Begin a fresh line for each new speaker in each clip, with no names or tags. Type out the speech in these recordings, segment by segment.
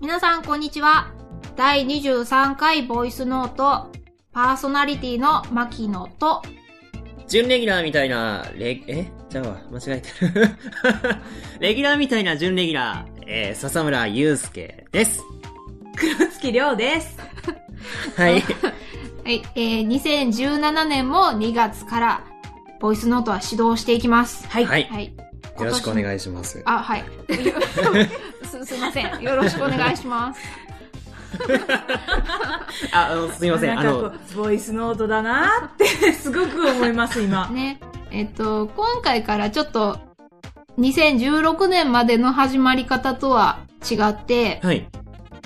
皆さん、こんにちは。第23回ボイスノート、パーソナリティの牧野と、
準レギュラーみたいな、レ、えじゃあ、間違えてる。 レギュラーみたいな準レギュラー、えー、笹村祐介です。
月亮です。
はい。
はい、えー、2017年も2月から、ボイスノートは始動していきます。
はい。
はい。よ
はい。よ
ろしくお願いします。
あ、はい。 す、すいません。よろしくお願いします。
あ、あの、すみません。あ
なんか
の
こ、うボイスノートだなって すごく思います、今。
ね。えっと、今回からちょっと、2016年までの始まり方とは違って、
はい。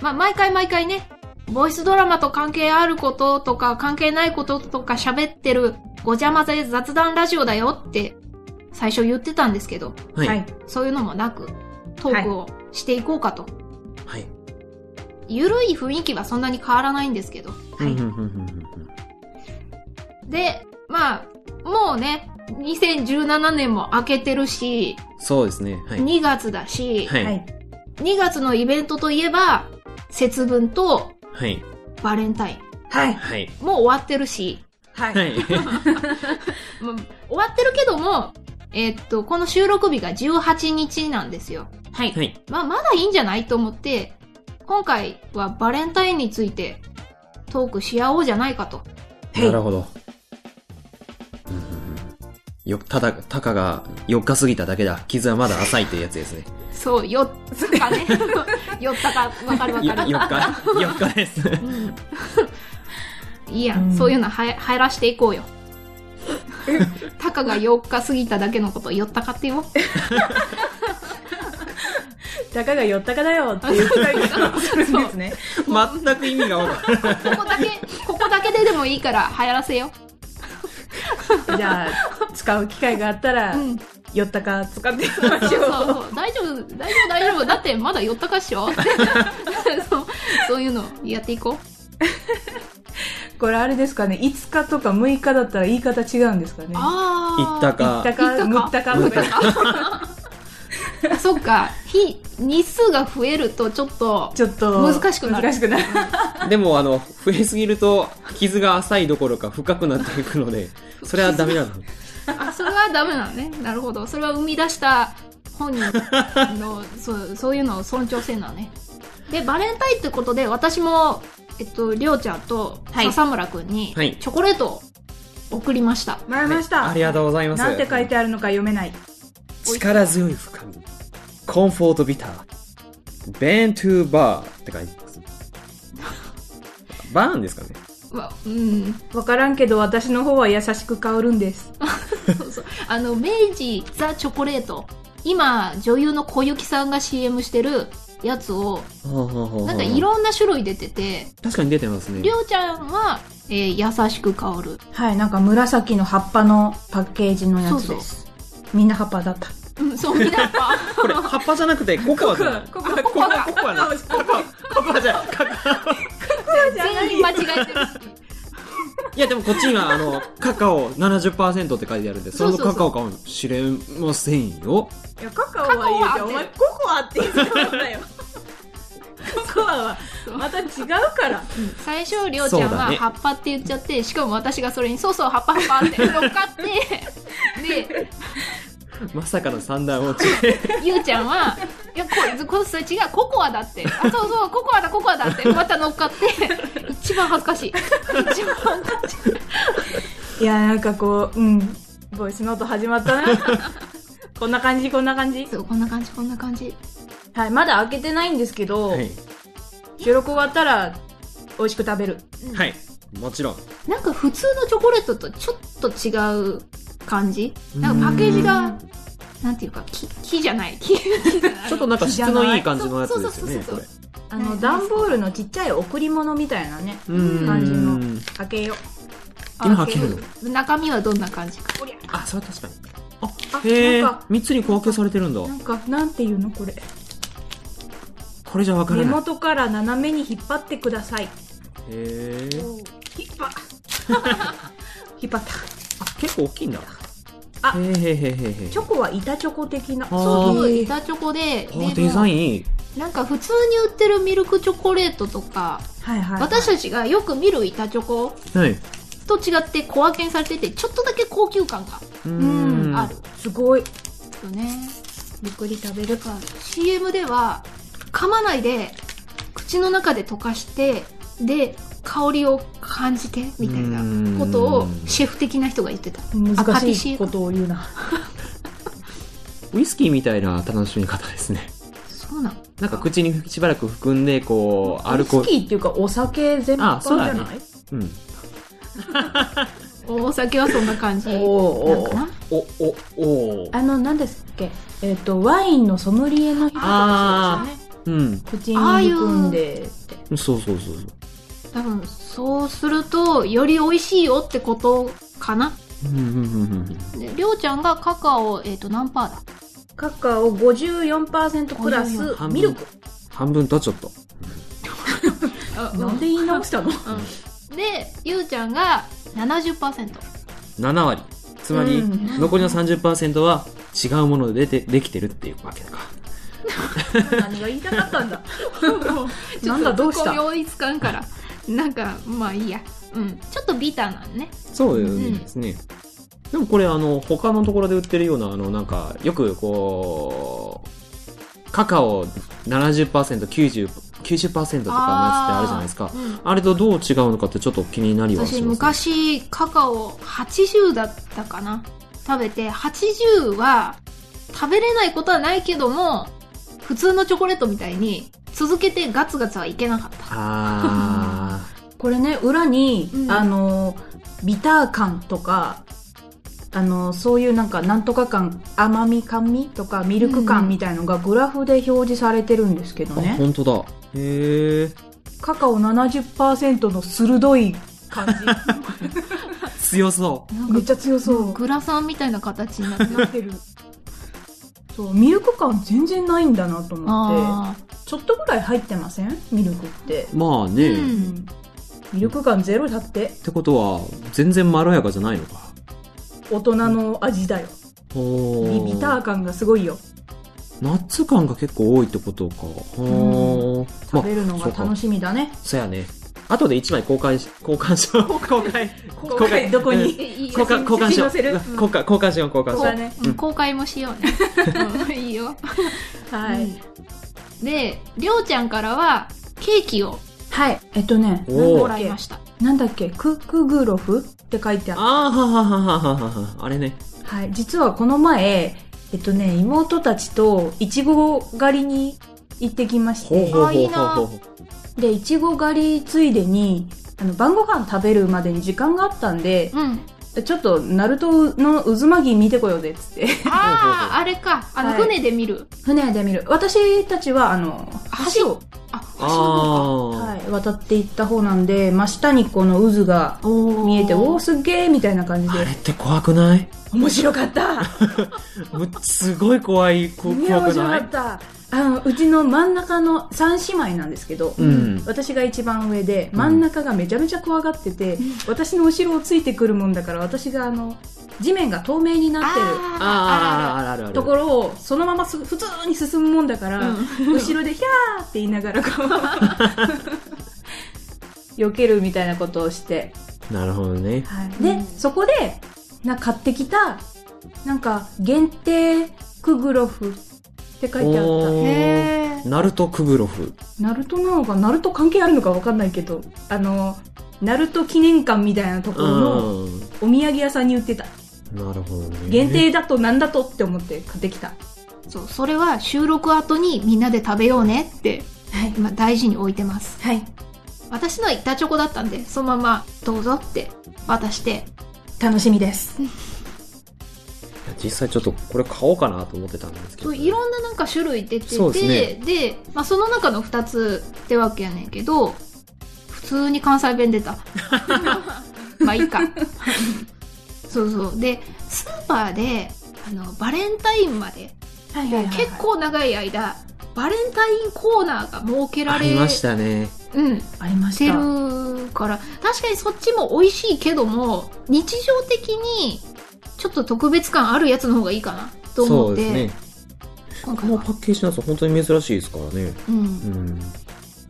まあ、毎回毎回ね、ボイスドラマと関係あることとか関係ないこととか喋ってるごちゃ混ぜ雑談ラジオだよって最初言ってたんですけど、
はい。はい。。
そういうのもなくトークをしていこうかと。
はい。
ゆるい雰囲気はそんなに変わらないんですけど。
うんうんうんうんうん
で、まあ、もうね、2017年も明けてるし、
そうですね。はい。
2月だし、
は。
はいい。
2月のイベントといえば、節分と
はい。
バレンタイン。
はい。
はい。
もう終わってるし、
はい。
は
はい。
い。
まあ終わってるけども、えーっと、この収録日が18日なんですよ。
はい。
はい。
まあ、まだいいんじゃないと思って、今回はバレンタインについてトークし合おうじゃないかと。
なるほど。うんうんうんよ、ただ、たかが4日過ぎただけだ。傷はまだ浅いってやつですね。
そう、よったかね。 よったか、わかるわ
よ
か
4
る。
日、四日です。
うん、いいやん、
うん
そういうのはや入らしていこうよ。たかが4日過ぎただけのこと、よったかってよ。
たかがよったかだよっていうくらいするんですね。
全く意味がわからない。
ここだけ、ここだけででもいいから流行らせよ。
じゃあ、使う機会があったら
う、ん。
よったか使っていきま
そう
し
そ
ょ
う
う。
そう大丈夫大丈夫大丈夫だってまだ寄ったかっしょ そうそういうのやっていこう
これあれですかね、5日とか6日だったら言い方違うんですかね。
ああ
言った
行
か
っ。たか、
行
む
っ
ったたかとか。
あ そっか日日数が増えると ちょっと
ちょっと、
難しくなる
難しくなる。
でもあの、増えすぎると、傷が浅いどころか深くなっていくので、それはダメなの。
あそれはダメなのねなるほどそれは生み出した本人 のそうそういうのを尊重せんなねでバレンタインってことで私もえっとりょうちゃんと
はい
笹村くんに
はい
チョコレートを送りました、
もらいました。
ありがとうございます。
なんて書いてあるのか読めない。
力強い深み。コンフォートビター。ベントゥーバーって書いてます。バーンですかね
まあうん
わからんけど、私の方は優しく香るんです。
そうそうあの明治ザ・チョコレート今女優の小雪さんが CM してるやつをなんかいろんな種類出てて
確かに出てますね
り。ょうちゃんは、えー優しく香る
はい、なんか紫の葉っぱのパッケージのやつ
そう
です。みんな葉っぱだった。
うんそうみんなやっぱ
これ、葉っぱじゃなくて、ココアじゃない
ココア
ココア、ココアだ。ココア、ココアじゃない。
全員間違えてるし
いやでもこっちにはあのカカオ70%って書いてあるんでその
そうそうそう
カカオかもしれませんよ
いや、カカオはいい
カ
け
カオは合ってる
ど、お前ココアって言ってたんだよ。ココアはまた違うから。
最初りょうちゃん
そうだ
は
ね
葉っぱって言っちゃって、しかも私がそれにそうそう葉っぱ葉っぱって乗っかってで
まさかの三段落ち
ゆうちゃんはいやここそれ違うココアだってあそうそうココアだココアだってまた乗っかって一番恥ずかしい一番恥ずかしい
いや、なんかこう、うん、ボイスノート始まったな。こんな感じ、こんな感じ。
そうこんな感じこんな感じ
はい、まだ開けてないんですけど、
はい、
収録終わったら、美味しく食べる。
はい、もちろん
なんか普通のチョコレートとちょっと違う感じなんかパッケージがなんていうか木木じゃない 木木じゃない
ちょっとなんか質のいい感じのやつです
そ
よ
うそうそ
ねこ
うそう
れ
あ
はい
の、段ボールのちっちゃい贈り物みたいなね、
うーん
感じの。開けよう。
今開けるの
中身はどんな感じか
おりゃ
あそれは確かにあ
あ
へえ
なんか
3つに小分けされてるんだ
なんか、なんていうのこれ。
これじゃわから
根
ない
元から斜めに引っ張ってください。
へえ
引っ張 引っ張った。
あ結構大きいんだ
あ
へえへえへえへえ
チョコは板チョコ的な。
あー
そう
そう
板チョコで
あデザ
ン
インいい
なんか普通に売ってるミルクチョコレートとか、
はいはい。
私たちがよく見る板チョコ
はい。
と違って小分けにされてて、ちょっとだけ高級感が
う
うん
ある
すごい。
よね。
ゆっくり食べるか。
CM では、噛まないで、口の中で溶かして、で、香りを感じて、みたいなことをシェフ的な人が言ってた。あパテ
難
ィ
し
シ
い
エ
ことを言うな。
ウイスキーみたいな楽しみ方ですね。
そうなの
なんか口にしばらく含んで、こう、アルコー
ウイスキーっていうかお酒全般
あ
じゃ
そう
な
だ
い
ねル。うん。
お酒はそんな感じ
お
な
お
の
お
か
ー
な
お、お、おー
あの、何ですっけえっ、と、ワインのソムリエの人
あ
そうですよね
うん。
口に含んでって。
そうそうそうそう。
多分そうするとより美味しいよってことかな
うんうんうんうん
でりょうちゃんがカカオ、えっと何パーだ
カカオ54%プラス
54
ミルク。
半分とちょっと。
なんで言い直したの
うんでゆうちゃんが70%
7割。つまり、
うん
残りの30%は違うものででできてるっていうわけだか。
何が言いたかったんだ
ちょ
な
っ
んだど
と
う
ツ
し
ッコミ
た
追いつかんからなんかまあいいやうんちょっとビターなんね
そうですね。でもこれ、あの、他のところで売ってるような、あの、なんか、よく、こう、カカオ70%、90%、90%とかのやつってあるじゃないですか。
うん
あれとどう違うのかってちょっと気になりはします、
私。昔カカオ80だったかな食べて80は食べれないことはないけども普通のチョコレートみたいに続けてガツガツはいけなかった
あ
これね、裏に、
うん
あの、ビター感とか、あの、そういうなんか、なんとか感、甘み、甘みとか、ミルク感みたいのがグラフで表示されてるんですけど
ー、あ、
ね。
本当だ。へえ。
カカオ70%の鋭い感
強そ
なん
じ。めっ
か
ちゃ強そう。
グラサンみたいな形にな ってる
なってる。そう、ミルク感全然ないんだなと思って。
あ
ちょっとぐらい入ってませんミルクって。
う。まあね。
う
っ
ん
ミルク感ゼロだって、
てことは、全然まろやかじゃないのか。
大人の味だよ。ビ
お
ビター感がすごいよ。
ナッツ感が結構多いってことか。
う
はあ。ま
食
あ
べるのが楽しみだね。
そうやね。後で一枚交換し、交換しよう。 交換。
公開どこ
ー
に
えいい
交
よ
換、交換しよう。
写真載せる
うん交換、交換しよう、交換
こ
しよ
こは
う。
ね。
うん公開もしようね、 うんいいよ、
は
う
い。
んでりょうちゃんからはケーキを
はい。えっとね、
おー
もらいました
なんだっけ、ククグロフって書いてある。
あーははははははは。あれね。
はい。実はこの前、えっとね、妹たちといちご狩りに行ってきまし
ほう
て、
ほう
あ
ほ
いういな
ほうほう。
で、いちご狩りついでに、あの晩ご飯食べるまでに時間があったんで、
うん
ちょっと、ナルトの渦巻き見てこようぜ、っつって。
あああれかあの
はい
船で見る、
船で見る。私たちは、あの、橋を、
あ橋の
あ
はい、渡っていった方なんで、真下にこの渦が
方か
見えて、おお、すっげーみたいな感じ
あ。あ
で
れ。って怖くない
面白かった
むすごい怖い、こ
ね面
怖く
白か
ない
ったあのうちの真ん中の3姉妹なんですけど、
うん
私が一番上で真ん中がめちゃめちゃ怖がってて、私の後ろをついてくるもんだから私があの地面が透明になってる
あー
あーあるあるある。
ところをそのまます普通に進むもんだから、後ろで「ひゃー!」って言いながらこ う避けるみたいなことをして、
なるほどね。
で、
うん
そこでな買ってきたなんか限定クグロフって書いてあった
おー
へー
ナルト・クグロフ。
ナルトなのかナルト関係あるのかわかんないけどあのナルト記念館みたいなところの
うん。
お土産屋さんに売ってた
なるほどね。
限定だとなんだとって思って買ってきた
そうそれは収録後にみんなで食べようねって、
はい
今大事に置いてます
はい
私のは板チョコだったんでそのままどうぞって渡して
楽しみです
いや実際ちょっとこれ買おうかなと思ってたんですけど、
そういろんななんか種類出てて
そうですね
で,、まあ、その中の2つってわけやねんけど普通に関西弁出 たまあいいかそうそうでスーパーであのバレンタインまで
はい
結構長い間バレンタインコーナーが設けら
あ
れ
りましたね。
うん、
ありま
して
し
る
た
から確かにそっちも美味しいけども日常的にちょっと特別感あるやつの方がいいかなと
そ
思
う
っ
です
て、
ね。
今
こ
回
の
は
パッケージなんですよ本当に珍しいですからね
うん
うん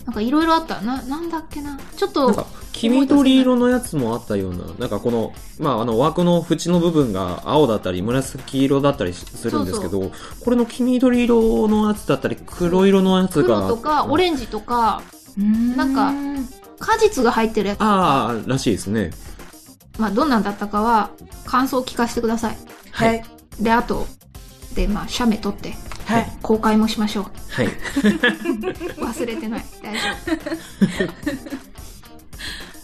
なんかいろいろあったななんだっけなちょっ
なん
と
か黄緑色のやつもあったようななんかこの,、まあ、あの枠の縁の部分が青だったり紫色だったりしするんですけどこれの黄緑色のやつだったり黒色のやつが
黒とかオ
ン
レンジとか
なん
か果実が入ってるやつ
ああらしいですね
まあどんなんだったかは感想を聞かせてください
はい
であとでまあ写メ撮って
はい
公開もしましょう
はい
忘れてない大丈 夫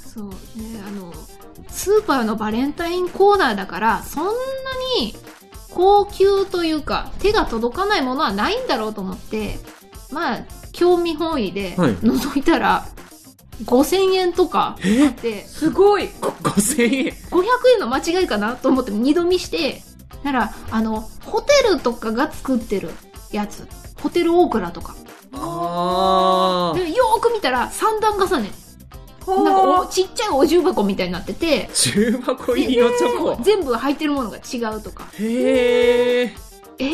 そうねあのスーパーのバレンタインコーナーだからそんなに高級というか手が届かないものはないんだろうと思ってまあ興味本位で
はい
覗いたら、5000円とかあって
すごい
こ5000円
500円の間違いかなと思って二度見してならあのホテルとかが作ってるやつホテルオークラとか
ああ
でよーく見たら三段重ね
ほ
なんかお
ー
ちっちゃいお重箱みたいになってて
中箱入りのチョコ
全部入ってるものが違うとか
へえ
え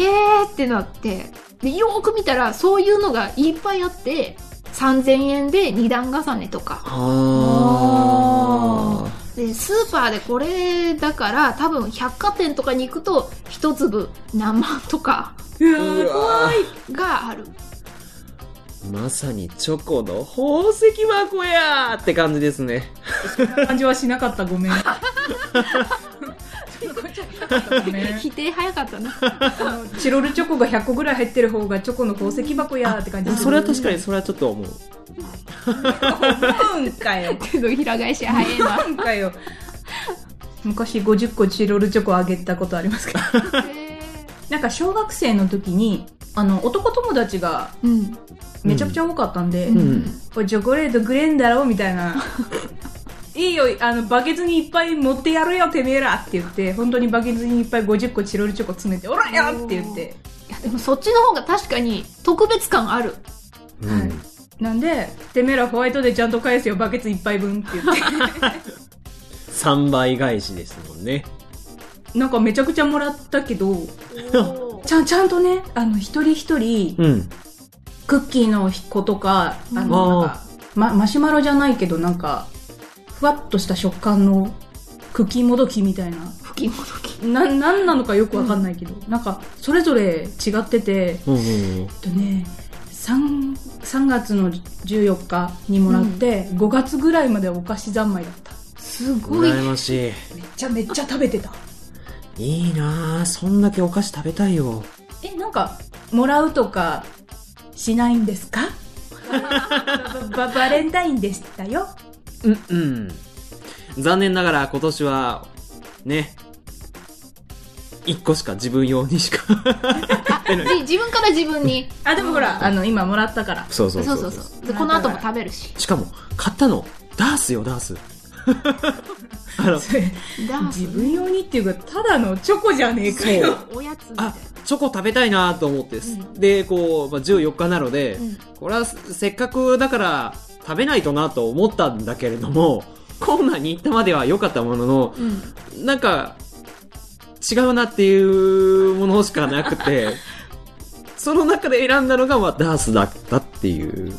ーってなってでよーく見たらそういうのがいっぱいあって3000円で二段重ねとか
あ
でスーパーでこれだから多分百貨店とかに行くと一粒何万とか
う
ー
わー
うわ
怖い
がある
ーまさにチョコの宝石箱やーって感じですね
感じはしなかったご めんごめん
否定早かったな
あのチロルチョコが100個ぐらい入ってる方がチョコの宝石箱やーって感じ
それは確かにそれはちょっと思う
うんかよ
手のひら返し早いな
なんかよ昔50個チロルチョコあげたことありますけど
へ
なんか小学生の時にあの男友達が
ーうん
めちゃくちゃ多かったんで、
うん
うん
これチョコレートくれんだろみたいないいよあのバケツにいっぱい持ってやるよてめえらって言って本当にバケツにいっぱい50個チロルチョコ詰めて「おらよ!」って言って
いやでもそっちの方が確かに特別感ある
う
はいなんで「てめえらホワイトでちゃんと返すよバケツ1杯分」って言って
3倍返しですもんね
なんかめちゃくちゃもらったけど
お
ちゃんちゃんとねあの一人一人
うん
クッキーの子とかあ
うん
のなんか、ま、マシュマロじゃないけどなんかふわっとした食感のクッキーもどきみたいな
吹きもどき
ななんなのかよくわかんないけど、なんかそれぞれ違っててえっ
うんうんうん
とね 3, 3月の14日にもらって、5月ぐらいまでお菓子三昧だった
すごい
羨まし
めっちゃめっちゃ食べてた
いいいなあそんだけお菓子食べたいよ
えなんかもらうとかしないんです かバババレンタインでしたよ
うんうん残念ながら今年はね1個しか自分用にしか
じ自分から自分に
あでもほらあの今もらったから
そう
そうそうそうでこの後も食べるし
しかも買ったのダースよダースあの
ダンス
自分用にっていうかただのチョコじゃねえかよ
おやつみたいな
あチョコ食べたいなと思って、
ん
でこう、まあ、14日なので、
うん
これはせっかくだから食べないとなと思ったんだけれどもコーナーに行ったまでは良かったものの
うん
なんか違うなっていうものしかなくてその中で選んだのが、まあ、ダースだったっていう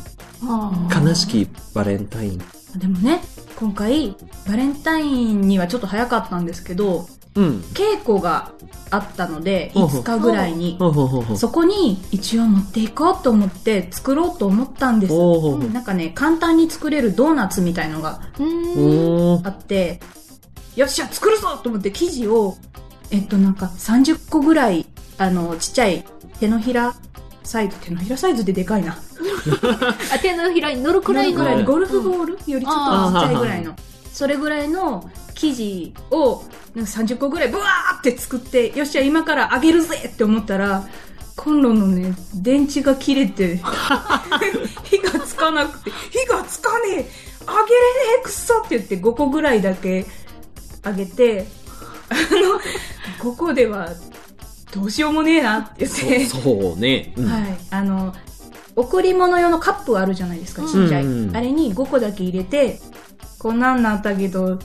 あー
悲しきバレンタイン
でもね今回バレンタインにはちょっと早かったんですけど
うん
稽古があったので
ほうほう
5日ぐらいに
ほうほうほうほう
そこに一応持っていこうと思って作ろうと思ったんです
ほうほうほう
なんかね簡単に作れるドーナツみたいのが
うーん
おー
あってよっしゃ作るぞと思って生地をえっとなんか30個ぐらいあのちっちゃい手のひらサイズ手のひらサイズででかいな
あ手のひらに乗るくらい
乗るくらい
の
の
ゴルフボールよりちょっとちっちゃいぐらいのそれぐらいの生地をなんか30個ぐらいブワーって作ってよっしゃ今からあげるぜって思ったらコンロのね電池が切れて火がつかなくて火がつかねえあげれねえくそって言って5個ぐらいだけあげてあの5個ではどうしようもねえなって言って
そそうね、うん
はい、あの贈り物用のカップあるじゃないですかちっちゃい、
うんうん
あれに5個だけ入れてこ んなんなったけど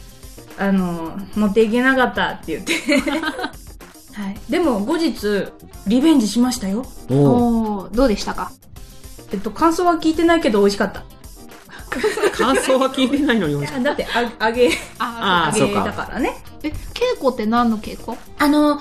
あの持っていけなかったって言ってはい、でも後日リベンジしましたよ、
おお
おおーどうでしたか
えっと、感想は聞いてないけど美味しかった
感想は聞いてないのに美味しい
だってあ揚げ
あ
揚
そう
げ
か
だからね
え稽古って何の稽古
あの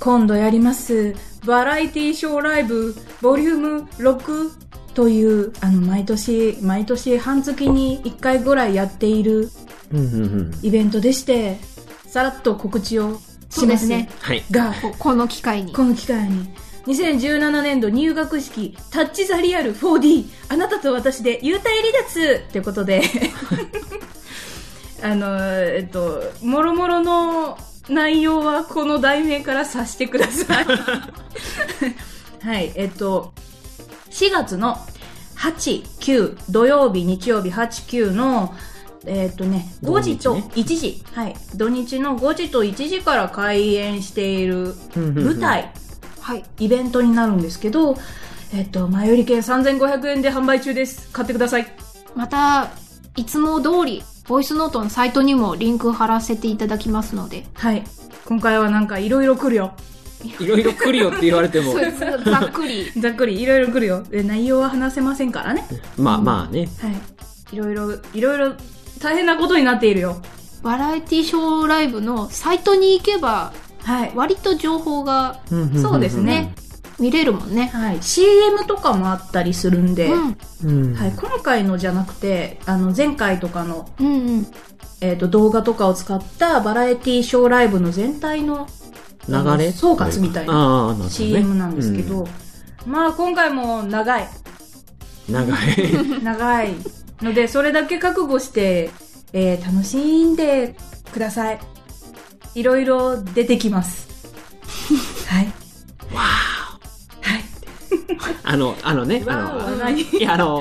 今度やりますバラエティショーライブボリューム6というあの毎年毎年半月に1回ぐらいやっている
うんうんうん
イベントでしてさらっと告知を
そ
し
うで
ますす
ね
はい
が
ここの機会に
この機会に2017年度入学式タッチ・ザ・リアル 4D あなたと私で幽体離脱ってこ とであのえっともろもろの内容はこの題名から察してくだ さいはいえっと4月の89土曜日日曜日89のえっとね5時と1時、はい土日の5時と1時から開演している舞台、
はい
イベントになるんですけど、えっと、前売り券3500円で販売中です。買ってください。
またいつも通りボイスノートのサイトにもリンク貼らせていただきますので
はい。今回はなんかいろいろ来るよ。
いろいろ来るよって言われても
そうですざっくり
ざっくりいろいろ来るよ。で内容は話せませんからね。
まあまあね
はい。いろいろ、いろいろ大変なことになっているよ。
バラエティショーライブのサイトに行けば
はい。
割と情報が
そうですね。
見れるもんね、
はい。CM とかもあったりするんで、
うん、
うん
はい。今回のじゃなくて、あの、前回とかの、
うんうん
えっ、と、動画とかを使ったバラエティショーライブの全体の
流れ
総括みたいな
ああなるほどね
CM なんですけど、まあ今回も長い。
うん長い
長いのでそれだけ覚悟して、えー楽しんでくださいいろいろ出てきます はいわ
あのあのね
ーはい
あ
わー
のいやあの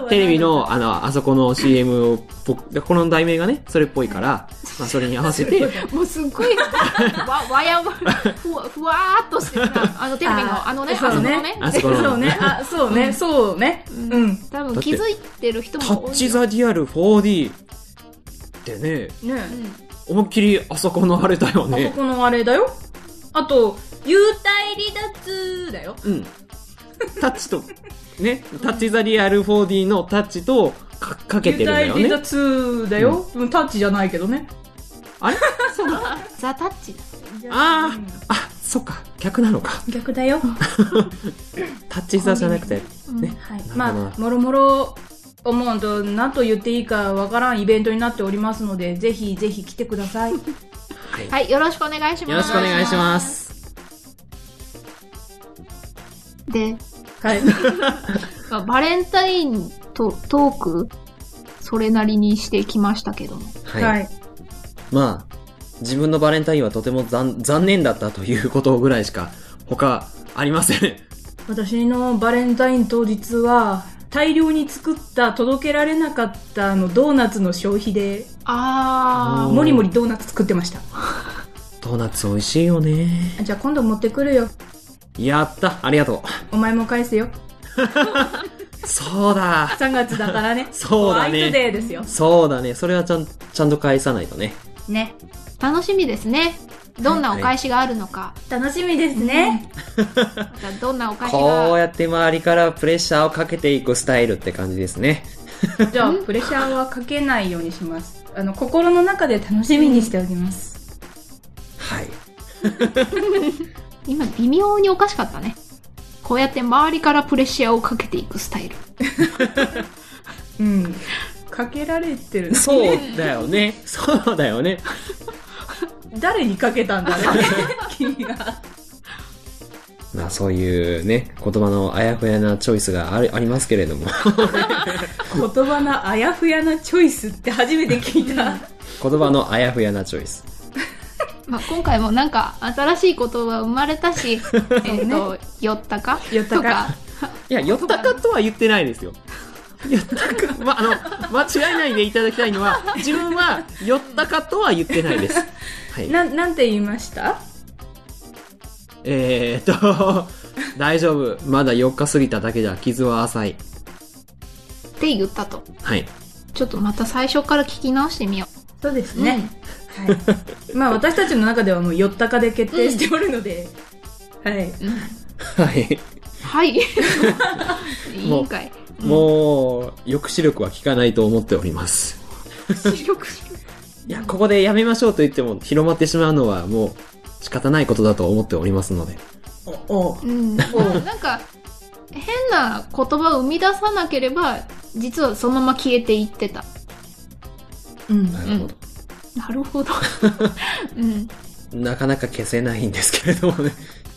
何
テレビのあのあそこの CM っぽくこの題名がねそれっぽいから、まあ、それに合わせ て
もうすっごい わわやわふわふわーっとしてるなあのテレビのあのねあ
そ
そうこの
ね
ね
あそこの
そうねあそうねそうねうん
多分気づいてる人
タ
も多いよ
ッチ・ザ・リアル 4D ってね、
う
ね
ん
思いっきりあそこのあれだよ
あそ
ね。
このあれだよあと幽体離脱だよ
うん。タッチと、ね、タッチ・ザ・リアル 4D のタッチとかかけてるんだ
幽体
よ
離
ね。
脱だよ、うんタッチじゃないけどね
あれ
そうだザ・タッチだ
あーあ、そっか、逆なのか。
逆だよ
タッチ・ザじゃなくて。
うん
ね
はい、
なる
ま
ほ
あもろもろ思うと何と言っていいかわからんイベントになっておりますのでぜひぜひ来てくだ さい
はい。よ
はいよろしくお願いします
ろしくお願いします。
で、
はい
まあバレンタインとトークそれなりにしてきましたけども
はい。
はい
まあ、自分のバレンタインはとても残残念だったということぐらいしか、他、ありません。
私のバレンタイン当日は大量に作った届けられなかったあのドーナツの消費で
あ
おー
もりもりドーナツ作ってました
ドーナツ美味しいよね。
じゃあ今度持ってくるよ
やったありがと
お前も返すよ
う。そうだ
3月だからね
そうだね
ホワイトデーですよ
そうだね。それはちゃん、ちゃんと返さないとね。
ね
ー楽しみですねどんなお返しがあるのか、
楽しみですね、
またどんなお返し
こう
が
やって周りからプレッシャーをかけていくスタイルって感じですね。
じゃあプレッシャーはかけないようにしますあの心の中で楽しみにしておきます、
はい。
今微妙におかしかったねこうやって周りからプレッシャーをかけていくスタイル
うん。かけられてる。
そうだよ ね。そうだよね。
誰にかけたんだ ろうね。君が。
まあそういうね、言葉のあやふやなチョイスがありありますけれども。
言葉のあやふやなチョイスって初めて聞いた。
言葉のあやふやなチョイス。
まあ、今回もなんか新しい言葉生まれた し、えっと、寄ったか
寄ったか
とか
いや、よったかとは言ってないですよ。 よったか、ま、あの、間違えないでいただきたいのは、自分はよったかとは言ってないです。はい。
な、なんて言いました
えー、っと、大丈夫。まだ4日過ぎただけじゃ傷は浅い。
って言ったと。
はい。
ちょっとまた最初から聞き直してみよ
そうです
う。ね。
はい、まあ私たちの中ではもう寄ったかで決定しておるので、はい
はい。
はい。いいんかい。
もう、抑止力は効かないと思っております。
うん視力
いや、ここでやめましょうと言っても、広まってしまうのはもう仕方ないことだと思っておりますので。
おお
うん。なんか、変な言葉を生み出さなければ、実はそのまま消えていってた。
うん
な
るほど。なるほ ど。うん。
なかなか消せないんですけれどもね。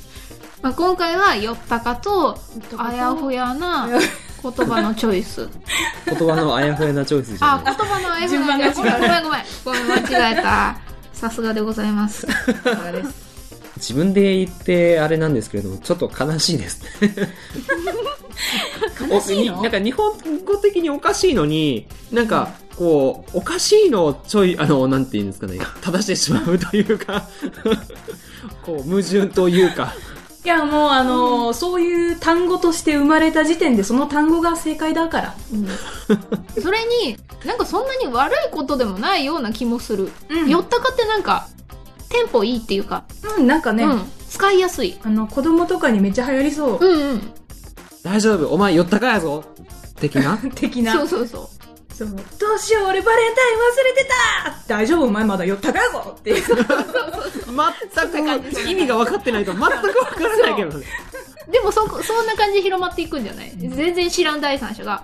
まあ、今回は、よったかと、あやふ
や
や な言葉のチョイス。
言葉のあやふやなチョイスじゃ
あ、
ない
言。葉のあやふ
順番が違
や
う
ごめんごめんごめん。ごめん、間違えた。 さすがでございます。
です
自分で言ってあれなんですけれども、ちょっと悲しいです。
悲しい
おに
の
なんか日本語的におかしいのに、なんか、こう、おかしいのをちょい、あの、なんて言うんですかね、正してしまうというか、 こう、矛盾というか、
いやもうあのーそういう単語として生まれた時点でその単語が正解だから
それに、なんかそんなに悪いことでもないような気もする。
うん
よったかってなんか、テンポいいっていうか、
うんなんかね、
うん、使いやすい。
あの子供とかにめっちゃ流行りそう
う、んうん。
大丈夫、お前寄ったかやぞ的 な
的な
そうそうそう。
そうどうしよう俺バレンタイン忘れてた大丈夫お前まだ寄ったかやぞっていう
全く意味が分かってないと全く分からないけどね。
でもそ、そんな感じで広まっていくんじゃない全然知らん第三者が、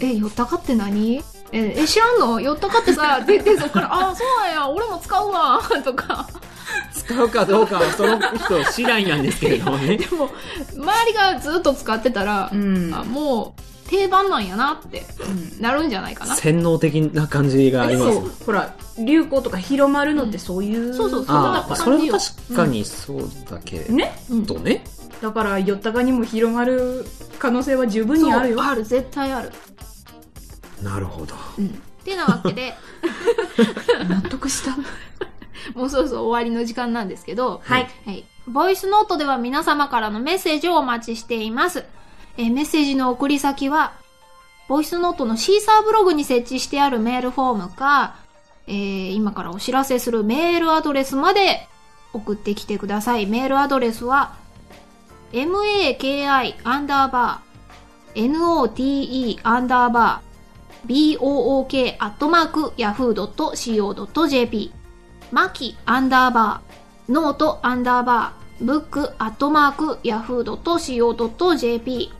え、よったかって何え、え知らんのよったかって さ、出てそっから、ああ、そうなんや、俺も使うわ、 とか。
使うかどうかはその人次第なんですけれども ね
で。も、周りがずっと使ってたら、
うん
あもう、定番なんやなって、なるんじゃないかな。
洗脳的な感じがありま
そ
す
う。ほら流行とか広まるのってそういう、
そうそうそんな
ああ、それ
感じよ
は確かにそうだけ
ね
どね。
だから寄ったかにも広まる可能性は十分
そう
にあるよ
ある、絶対ある。
なるほど。
うん。ってなわけで、
納得した
もうそろそろ終わりの時間なんですけど、
はい。
はい。ボイスノートでは皆様からのメッセージをお待ちしています。えーメッセージの送り先は、ボイスノートのシーサーブログに設置してあるメールフォームか、えー今からお知らせするメールアドレスまで送ってきてください。メールアドレスは、maki アンダーバー、note アンダーバー、book アットマーク yahoo.co.jp、maki アンダーバー、ノートアンダーバー、ブックアットマーク yahoo.co.jp、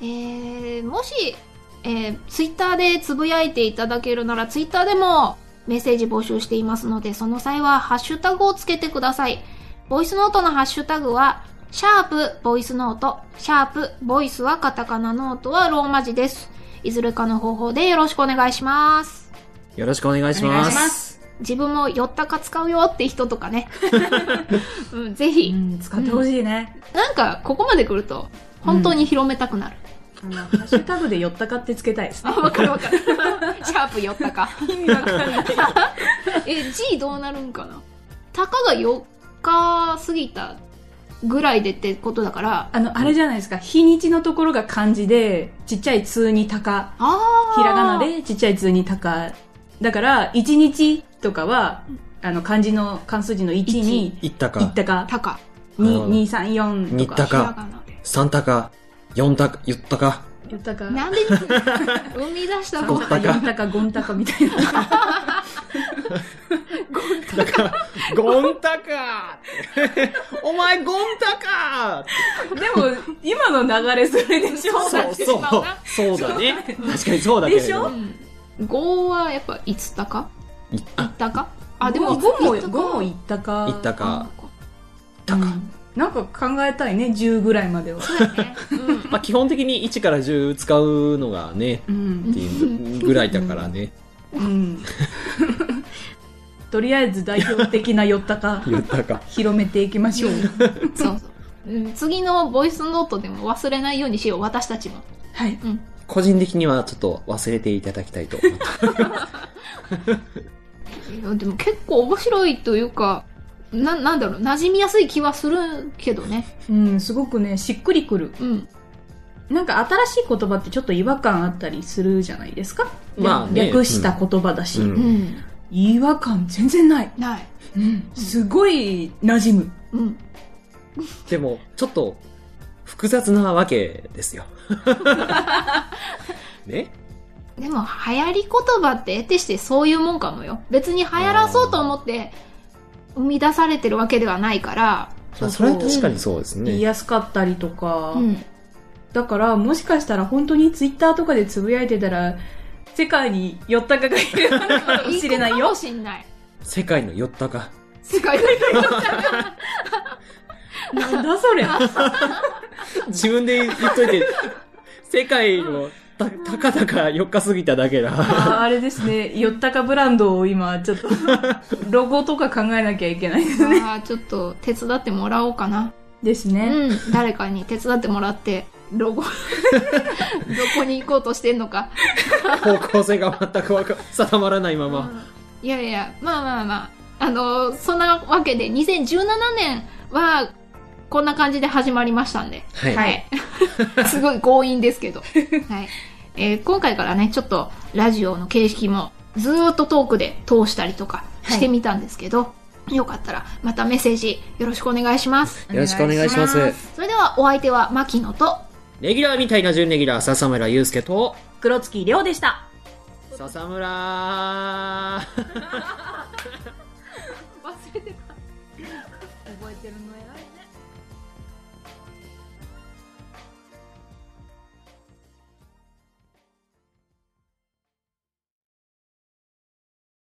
えー、もし、えー、ツイッターでつぶやいていただけるなら、ツイッターでもメッセージ募集していますので、その際はハッシュタグをつけてください。ボイスノートのハッシュタグは、シャープボイスノート、シャープボイスはカタカナノートはローマ字です。いずれかの方法でよろしくお願いします。
よろしくお願いし
お願
ま。
いします
自分も寄ったか使うよって人とか ね。うん、ぜ
う
ひ、
ん使ってほしいね、
なんかここまで来ると、本当に広めたくなる。
あのハッシュタグで寄ったかってつけたいですね
あ、わかるわかる。 シャープ寄ったか。え、G どうなるんかなたかが4日過ぎたぐらいでってことだから、
あのあれじゃないですか日にちのところが漢字でちっちゃい「通に「たか」
あー
ひらがな。でちっちゃい「通に「たか」だから「一日」とかはあの漢字の漢数字の「1」に
行った
「いっ
か、
たか」
たか。
「に」「に」「三四
にっ
と
た
ひ
か
ら
か、
がなで。
三たか、四たか、言ったか。
「よったか」
なんで言う の生み出した
三
こ
ご
と
っ
鷹
たか
四鷹ゴンタカみたいな。
だから、ゴンタかお前ゴンタか
でも、今の流れそれでしょ
そう
そ
だ
う
ね
そう。そうだね。確かにそうだけれ
でし
ど
ょ
も。
うん。5はやっぱいつたか
い
いったかあ、で
ゴ
も、
も、
いつたか
ゴも行ったか。
行ったか、
たか。なんか考えたいね、10ぐらいまでは。
そうだね。うん。
まあ基本的に1から10使うのがね、
う
っ
ん。
ていうぐらいだからね。
うん。 とりあえず代表的な寄ったか、
言ったか。
広めていきましょう。
そうそう。うん次のボイスノートでも忘れないようにしよう、私たちも。
はい。
うん。
個人的にはちょっと忘れていただきたいと思って。
いやでも結構面白いというかななんだろう馴染みやすい気はするけどね
うん、すごくね、しっくりくる。
うん
なんか新しい言葉ってちょっと違和感あったりするじゃないですか。
まあね
略した言葉だし。
うん
うん
違和感全然ない。
ない。
うん。すごい馴染む。
うん。
でも、ちょっと、複雑なわけです よ。ね
でも、流行り言葉って得てしてそういうもんかもよ。別に流行らそうと思って生み出されてるわけではないから。
まあそれは確かにそうです
言い
ね。
やすかったりとか。
うん。
だから、もしかしたら本当にツイッターとかでつぶやいてたら、世界にヨッタカがいるのかもしれない
いい かも
よ。
しんない。
世界のヨッタが。
世界で。
なんだそれ。
自分で言っといて、世界のた、たかたか4日過ぎただけ だ。
ああれですね、ヨッタカブランドを今、ちょ っと、ロゴとか考えなきゃいけない
ああ、ちょっと手伝ってもらおうかな。
ですね。
うん。誰かに手伝ってもらって、ロ ゴ、どこに行こうとしてんのか。
方向性が全くわか定まらないまま。
うんいやいや、まあまあまあ。あの、そんなわけで、2017年は、こんな感じで始まりましたんで。
はい。
はい
い。すごい 強引ですけど。はい。えー今回からね、ちょっとラジオの形式もずーっとトークで通したりとかしてみたんですけど、よかったらまたメッセージよろしくお願いします。
よろしくお願いします。
それではお相手は牧野と、
レギュラーみたいな準レギュラー、笹村祐介と、
黒月亮でした。
笹村
忘れてた。覚えてるの偉いね。